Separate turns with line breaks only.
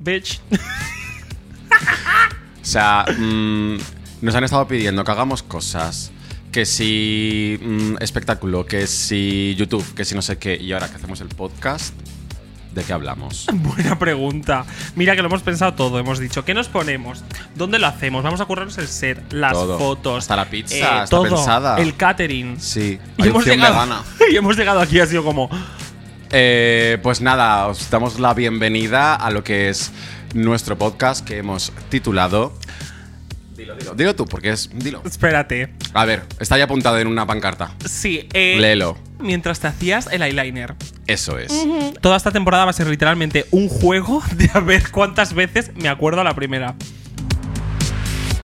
bitch.
O sea, mm, nos han estado pidiendo que hagamos cosas. Que si mm, espectáculo, que si YouTube, que si no sé qué. Y ahora que hacemos el podcast, ¿de qué hablamos?
Buena pregunta. Mira que lo hemos pensado todo. Hemos dicho, ¿qué nos ponemos? ¿Dónde lo hacemos? Vamos a currarnos el set, las
Todo.
fotos.
Hasta la pizza,
eh,
está
todo,
pensada.
El catering.
Sí,
Y
hay
hemos,
opción
llegado,
vegana.
y hemos llegado aquí, ha sido como.
Eh, pues nada, os damos la bienvenida a lo que es nuestro podcast que hemos titulado. Dilo, dilo. Dilo tú, porque es. Dilo.
Espérate.
A ver, está ya apuntado en una pancarta.
Sí, eh,
Léelo.
Mientras te hacías el eyeliner.
Eso es.
Toda esta temporada va a ser literalmente un juego de a ver cuántas veces me acuerdo a la primera.